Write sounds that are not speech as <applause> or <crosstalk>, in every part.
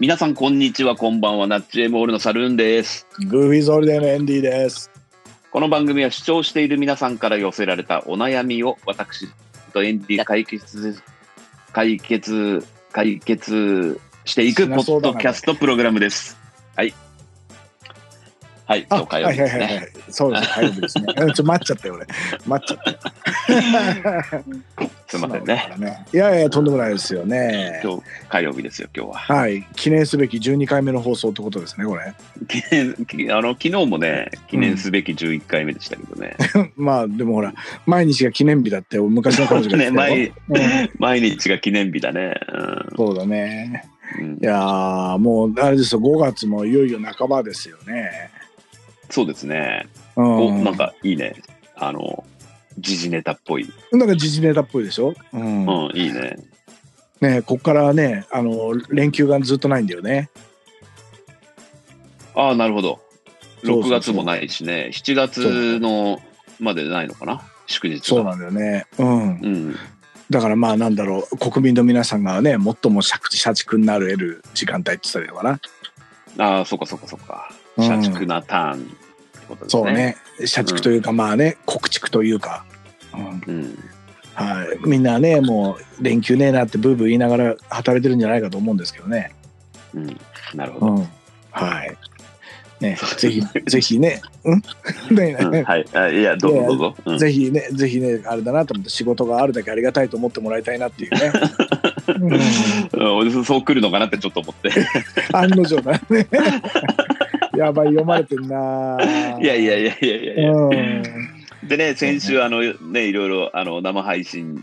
皆さん、こんにちは、こんばんは、ナッチエボールのサルーンです。グーフィーズホリデーのエンディです。この番組は視聴している皆さんから寄せられたお悩みを私とエンディが解決、解決、解決していくしポなそッうだドなキャストプログラムです。はい。はい、あ、と火曜は日いはでいすはいはね。い。そうです、火曜 <laughs> 日ですね。うんちょ、待っちゃったよ、俺。待っちゃった。すいません素直だかね。らね。いやいや、とんでもないですよね。今日、火曜日ですよ、今日は。 <laughs> はい、記念すべき12回目の放送ってことですね、これ。記念きあの昨日もね、記念すべき11回目でしたけど <laughs> ね、まあ、でもほら、毎日が記念日だって、昔の彼女が言 <laughs> ねってたよ毎うん毎日が記念日だね。そうだね。うんうんいやー、もう、あれですよ、5月もいよいよ半ばですよね。そうですね、うおん。なんかいいね、あの、時事ネタっぽい、なんか時事ネタっぽいでしょ。うんう。ん、いいね。ねこっからね、あの、連休がずっとないんだよね。ああ、なるほど、そう6そうそう月もないしね、7月のまでないのかな、祝日がそうなんだよね。うん。うん、だからまあなんだろう、国民の皆さんがね、最も社畜になれる時間帯って言ったらいいのかな。ああ、そっかそっかそっか、うん社畜なターンってことですね。そう。ね。社畜というか、まあね、国畜というか。うんうん、はい、みんなね、もう連休ねえなってブーブー言いながら働いてるんじゃないかと思うんですけどね。うん、なるほど。うん、はい。ね、ぜ <laughs> ひ、ぜひね、うん、ねうんねはい、あいや、どうぞどうぞ。うんぜひね、ぜひね、あれだなと思って、仕事があるだけありがたいと思ってもらいたいなっていう <laughs> ね。うんうん、そう来るのかなってちょっと思って。案の定だね。 <laughs> やばい、読まれてんな。いやいやいやいやいやいや。うん。でね、先週、あの、ね、いろいろ、あの、生配信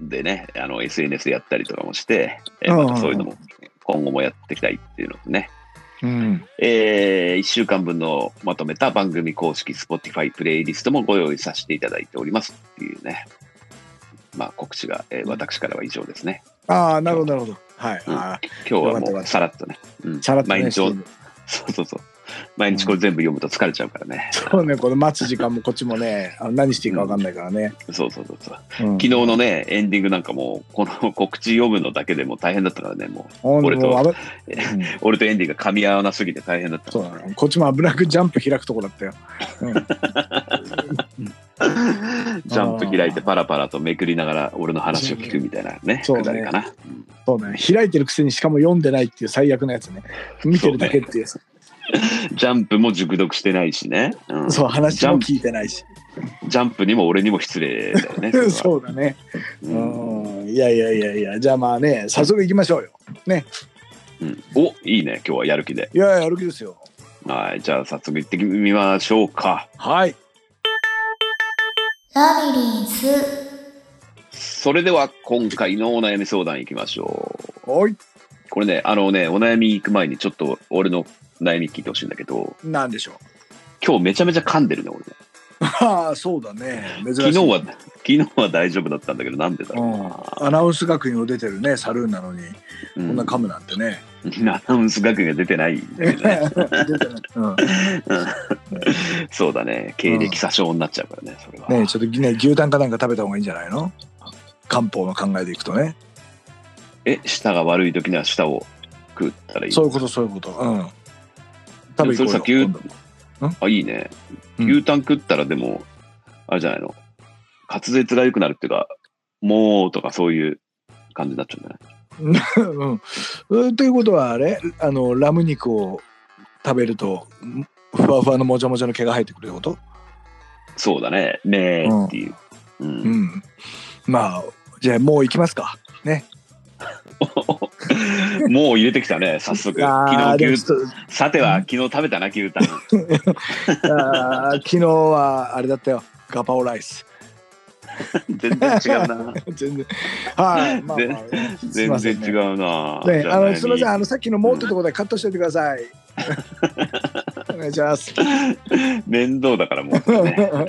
でね、あの、SNS やったりとかもして、えうまんたそういうのも、今後もやっていきたいっていうのとね、うん。え1週間分のまとめた番組公式 Spotify プレイリストもご用意させていただいておりますっていうね、まあ、告知が、えー私からは以上ですね。ああ、なるほど、なるほど。はい。うんあ今日はよかったもよかっう、たさらっとね、うんーさらっと毎ね。日そを、うそうそうそう、毎日これ全部読むと疲れちゃうからね。そうね、この待つ時間もこっちもね、あの何していいかわかんないからね。そうそうそうそう。うん昨日のね、エンディングなんかもう、この告知読むのだけでも大変だったからね、もう、ほんで俺ともう <laughs> 危うん俺とエンディングが噛み合わなすぎて大変だった。そうだね。こっちも危なくジャンプ開くとこだったよ。うんジャンプ開いてパラパラとめくりながら俺の話を聞くみたいなね、そうくだねりかな。そうだね。開いてるくせにしかも読んでないっていう最悪のやつね。見てるだけっていう。ジャンプも熟読してないしね、うんそう、話も聞いてないし。ジャンプにも俺にも失礼だよね。れは <laughs> そうだね。ううんん。いやいやいやいや、じゃあまあね、早速行きましょうよ。うんおいいね、今日はやる気で。いやいや、歩きですよ。はい、じゃあ早速行ってみましょうか。はい。ラビリンスそれでは今回のお悩み相談いきましょう。おい、これね、あのね、お悩み行く前にちょっと俺の悩み聞いてほしいんだけど、なんでしょう。 <laughs> 今日めちゃめちゃ噛んでるね、俺ね。ああ、そうだね。珍しい。昨日は、昨日は大丈夫だったんだけど、なんでだろううん、アナウンス学院を出てるね、サルーンなのに、こんな。な噛むなんてね。うん、アナウンス学院が出てないんだけ出てどね。ないうんそうだね、経歴詐称になっちゃうからね、それは。 <laughs> ねちょっとね、牛タンかなんか食べた方がいいんじゃないの漢方の考えでいくとね。え、舌が悪い時には舌を食ったらいい。そういうこと、そういうこと。うん。食べそれさ行こうよ牛今度あ、いいね。うん牛タン食ったらでも、あれじゃないの。滑舌が良くなるっていうか、もうとかそういう感じになっちゃうんじゃない <laughs> うんうん。ということは、あれあの、ラム肉を食べると、んふわふわのもじゃもじゃの毛が生えてくるってことそうだね、ねーっていう。う、うんん。まあ、じゃあもう行きますか。 <laughs> もう入れてきたね、早速。あ昨ーで日も牛ちょっとさては、昨日食べたな、牛タン。あー昨日はあれだったよガパオライス <laughs> 全然違うな。全然はい、まあまあ <laughs> すい全ませ然んね違うな。ねじゃあのすみません何あのさっきの「もう」ってところでカットしておいてくださ <laughs> いお願いします、 <laughs> 面倒だからもう、ね、は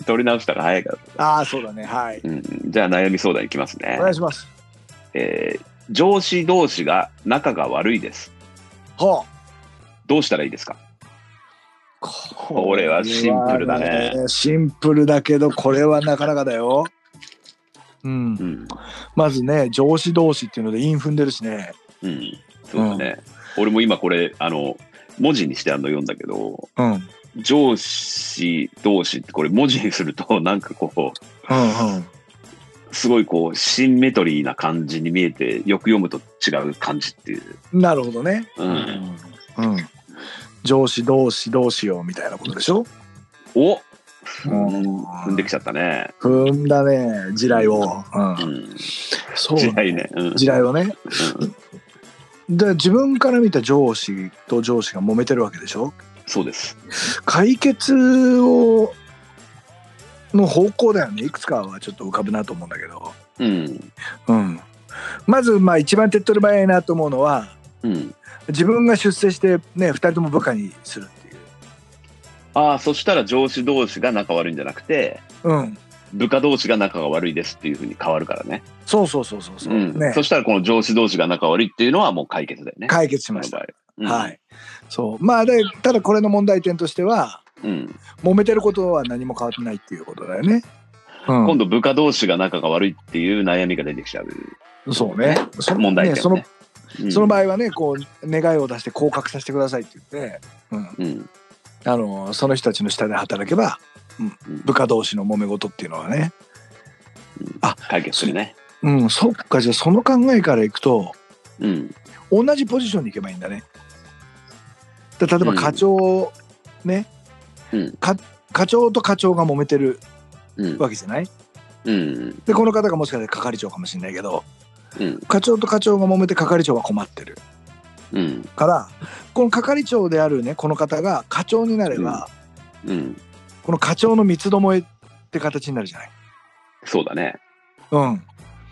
い、取り直したら早いから、ああそうだねはいうん、じゃあ悩み相談いきますねお、願いしますえー上司同士が仲が悪いですほうどうしたらいいですかこれはシンプルだねれはシンプルだけどこれはなかなかだようんうん、まずね上司同士っていうので韻踏んでるしねうん、そうだね、俺も今これ、あの、文字にしてあるの読んだけど、うん。うん上司同士ってこれ文字にすると、 <laughs> なんかこうん。う、すごいこう、シンメトリーな感じに見えて、よく読むと違う感じっていう。なるほどね。うん。うん。上司同士どうしようみたいなことでしょおうん踏んできちゃったね。踏んだね、地雷を。う。うんん。そう。時代ね。うん。地雷をね。うんで、自分から見た上司と上司が揉めてるわけでしょそうです。解決を、の方向だよね。いくつかはちょっと浮かぶなと思うんだけど。うん。うん。まず、まあ一番手っ取り早いなと思うのは、うん。自分が出世してね2人とも部下にするっていうああ、そしたら上司同士が仲悪いんじゃなくて、うん部下同士が仲が悪いですっていうふうに変わるからね。そうそうそうそうそう、うんねそしたらこの上司同士が仲悪いっていうのはもう解決だよね。解決しました、この場合。はいそうまあでただこれの問題点としてはうん。うん揉めてることは何も変わってないっていうことだよね、うん今度部下同士が仲が悪いっていう悩みが出てきちゃうそうねそ問題点、ねねそのうんその場合はねこう願いを出して降格させてくださいって言って、うん、うんあのその人たちの下で働けば、うんうん部下同士の揉め事っていうのはね解決するね。うんそっかじゃあその考えからいくとうん。同じポジションに行けばいいんだね。で例えうばん課長、ね、うんか課長と課長が揉めてるうん。わけじゃないうん。でこの方がもしかして係長かもしれないけどうん。課長と課長が揉めて係長が困ってるうん。からこの係長であるねこの方が課長になれば、うん。この課長の三つどもえって形になるじゃない。そうだね。うん、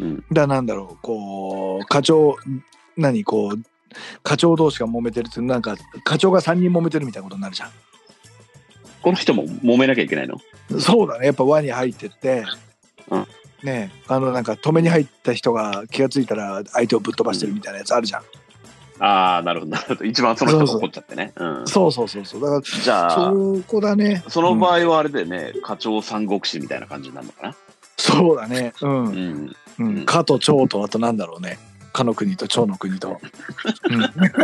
うん。だなんだろうこう課長何こう課長同士が揉めてるってなんか課長が3人揉めてるみたいなことになるじゃん。この人も揉めなきゃいけないのそうだねやっぱ輪に入ってって、うんねえあのなんか止めに入った人が気がついたら相手をぶっ飛ばしてるみたいなやつあるじゃん、ああ、なるほど、なるほど。一番その人が怒っちゃってね。うん。そうそうそうそうだかじゃらあ、そこだねその場合はあれだよね、課長三国志みたいな感じになるのかな。そうだねうん、ううんん。んかと蝶とあとなんだろうねかの国と蝶の国と、うん、 <laughs>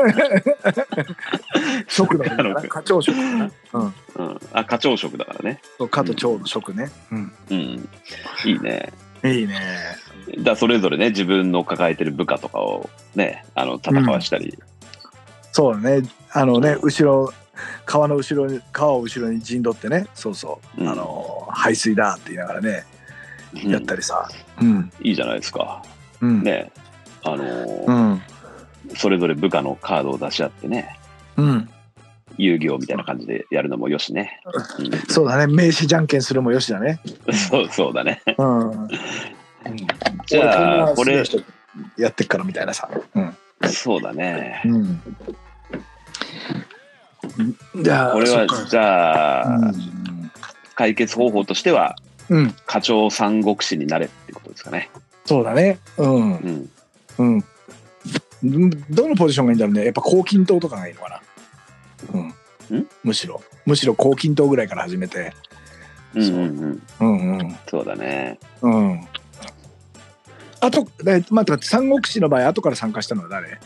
食の国かな課長食かなうんうん。あ、課長職だからね。そうかと蝶の食ね、うんうん。いいね。いいねだからそれぞれね、自分の抱えてる部下とかをね、あの、戦わしたり。そうだねあのね後ろ川の後ろに川を後ろに陣取ってねそうそううんあの排水だって言いながらね、うんやったりさ、うんいいじゃないですか。うんね。あのーうんそれぞれ部下のカードを出し合ってね、うん、遊戯王みたいな感じでやるのもよしね。そうだね名刺じゃんけんするもよしだね、うん、そう、そうだね。うんうん、じゃあ、俺ここんなれ好き、な人やってっからみたいなさ、うんそうだね。うん、じゃあこれそはっかじゃあ、うん解決方法としてはうん、課長三国志になれってことですかね。そうだねうんうん、うんどのポジションがいいんだろうねやっぱ高均等とかがいいのかな、うんん、むしろむしろ高均等ぐらいから始めてうんうんうんうんうんそうだね。うん。あと、え待って待って、三国志の場合、後から参加したのは誰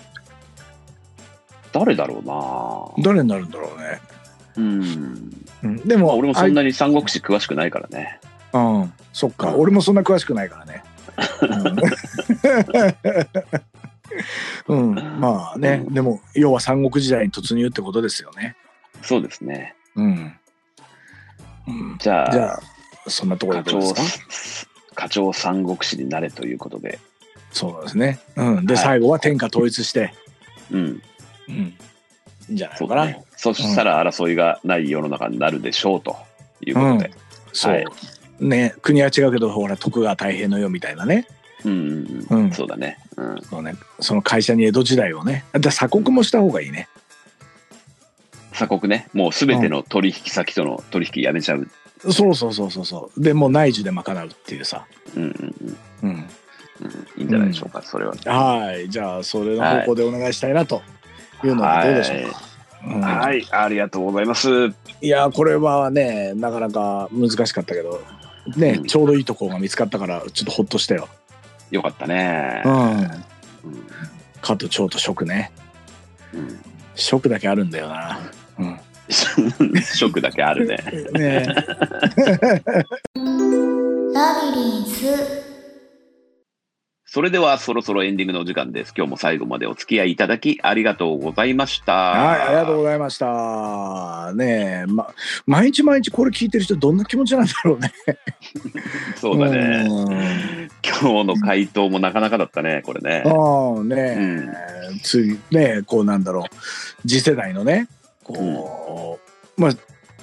誰だろうな。誰になるんだろうね。うん。うん、でまあも、俺もそんなに三国志詳しくないからね。あいうん、そっか、俺もそんな詳しくないからね。うん、うんまあね、でも、要は三国時代に突入ってことですよね。そうですね。うん。うん、じゃあじゃあ、そんなところ課でどう長ですか課長三国志になれということで。そうですね。うん、で、はい最後は天下統一して、うん。うん、いいんじゃないそのうかだな。ね。そしたら争いがない世の中になるでしょうということで。そう、はいね国は違うけどほら徳川太平の世みたいなねうんうんう。うんんそうだね。うん。そうねその会社に江戸時代をねだから鎖国もした方がいいね鎖国ね。もうすべての取引先との取引やめちゃう。そうそうそうそうそうでもう内需で賄うっていうさ、うんうんうん。うん、うんいいんじゃないでしょうか、それは。はいじゃあそれの方向でお願いしたいなというのはどうでしょうか、うんはい、はいありがとうございます。いやこれはねなかなか難しかったけどね、うんちょうどいいとこが見つかったからちょっとほっとしたよ、よかったねう。ん、うん <laughs> 加藤蝶と食ねうんショックだけあるんだよな。うん。ショックだけあるね。ねえラビリンスそれではそろそろエンディングのお時間です。今日も最後までお付き合いいただきありがとうございました。はい、ありがとうごう。ざいました。ねえ、ま、毎日毎日これ聞いてる人どんな気持ちなんだろうね。そうだね。うん今日の回答もなかなかだったね、これね。ああ、うねん。え、次、ねえ、こうなんだろう。次世代のね、こう、まあ、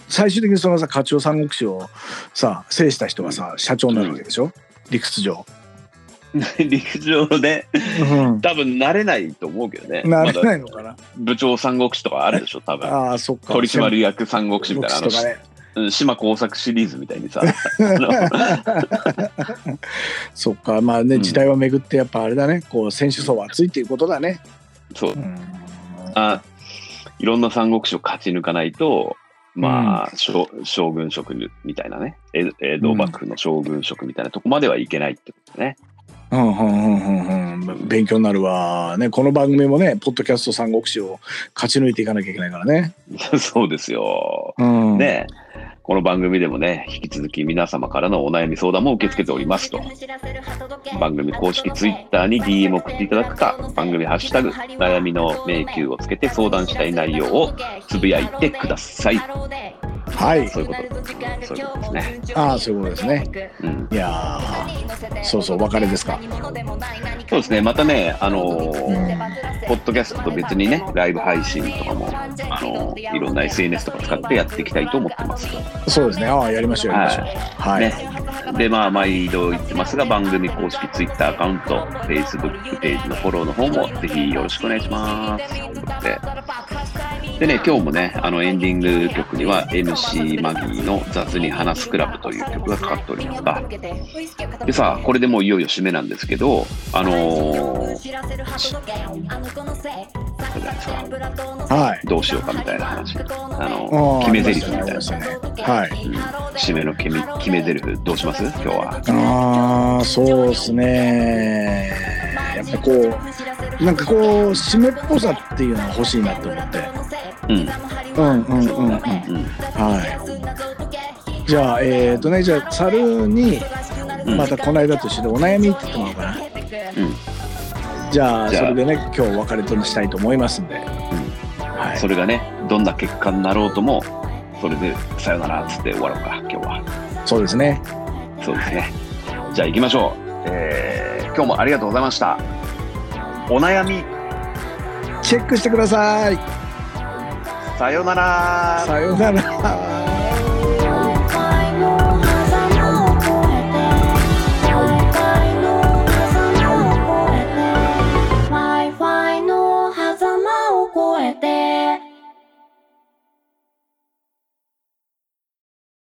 最終的にそのさ、課長三国志をさ、制した人がさ、社長になるわけでしょ理屈上。 <laughs> 陸上でうん。多分慣れないと思うけどね。なまれなだいのかな。部長三国志とかあるでしょ、多分。ああ、そっか。取締役三国志みたいな、あ三国志とかね。のうん島工作シリーズみたい <laughs> にさ、あのそっかまあうねん時代は巡ってやっぱあれだねこう選手層は厚いっていうことだね。そううんあいろんな三国志を勝ち抜かないと、まあ、将将軍職みたいなね、江江戸幕府の将軍職みたいなとこまではいけないってことね。 <laughs> うんうんうんうんうん勉強になるわねこの番組もねポッドキャスト三国志を勝ち抜いていかなきゃいけないからね。そうですよ。うん、ねこの番組でもね、引き続き皆様からのお悩み相談も受け付けておりますと。番番組組公公式式ツツイイッッタターーにに DM DM をを送送っってていいたただだくくかか、番番組組ハハッッシシュュタタググ悩悩みみのの迷迷宮宮ををつつけけてて相相談談ししたたいい内内容容ををつつぶぶややいいててくくだだささいい。はいそういうことですそういうことですああそういうことですね。うんいやーそうそうお別れですか。そうですね、またね、あのーうんポッドキャストと別にね、ライブ配信とかも、あのーいろんな SNS とか使ってやっていきたいと思ってます。そうですねああやりましょうやりましょう。はい、ね、で、まあ、毎度言ってますが、番組公式 Twitter アカウント、Facebook ページのフォローの方も、ぜひよろしくお願いします。ということででね、今日もね、あのエンディング曲には MC マギーの雑に話すクラブという曲がかかっておりますが、でさ、これでもういよいよ締めなんですけど、あのーはいどうしようかみたいな話、ああのー決め台詞みたいありなましたねありましたねはいうん締めの決め決め台詞どうします今日は。ああそうですねやっぱこうなんかこう締めっぽさっていうのが欲しいなと思って。うん。うんうんうんうん。はい。じゃあ、えっ、とね、じゃあ、サルーに、うんまたこの間と一緒でお悩みって言ってもらおうかな。うんじゃあ、じゃそあれでね、今日お別れとしたいと思いますんで。はい。それがね、どんな結果になろうとも、それでさよならっつって終わろうか、今日は。そうですね。そうですね。じゃあ行きましょう。えー今日もありがとうございました。お悩み、チェックしてください。さよなら。さようなら。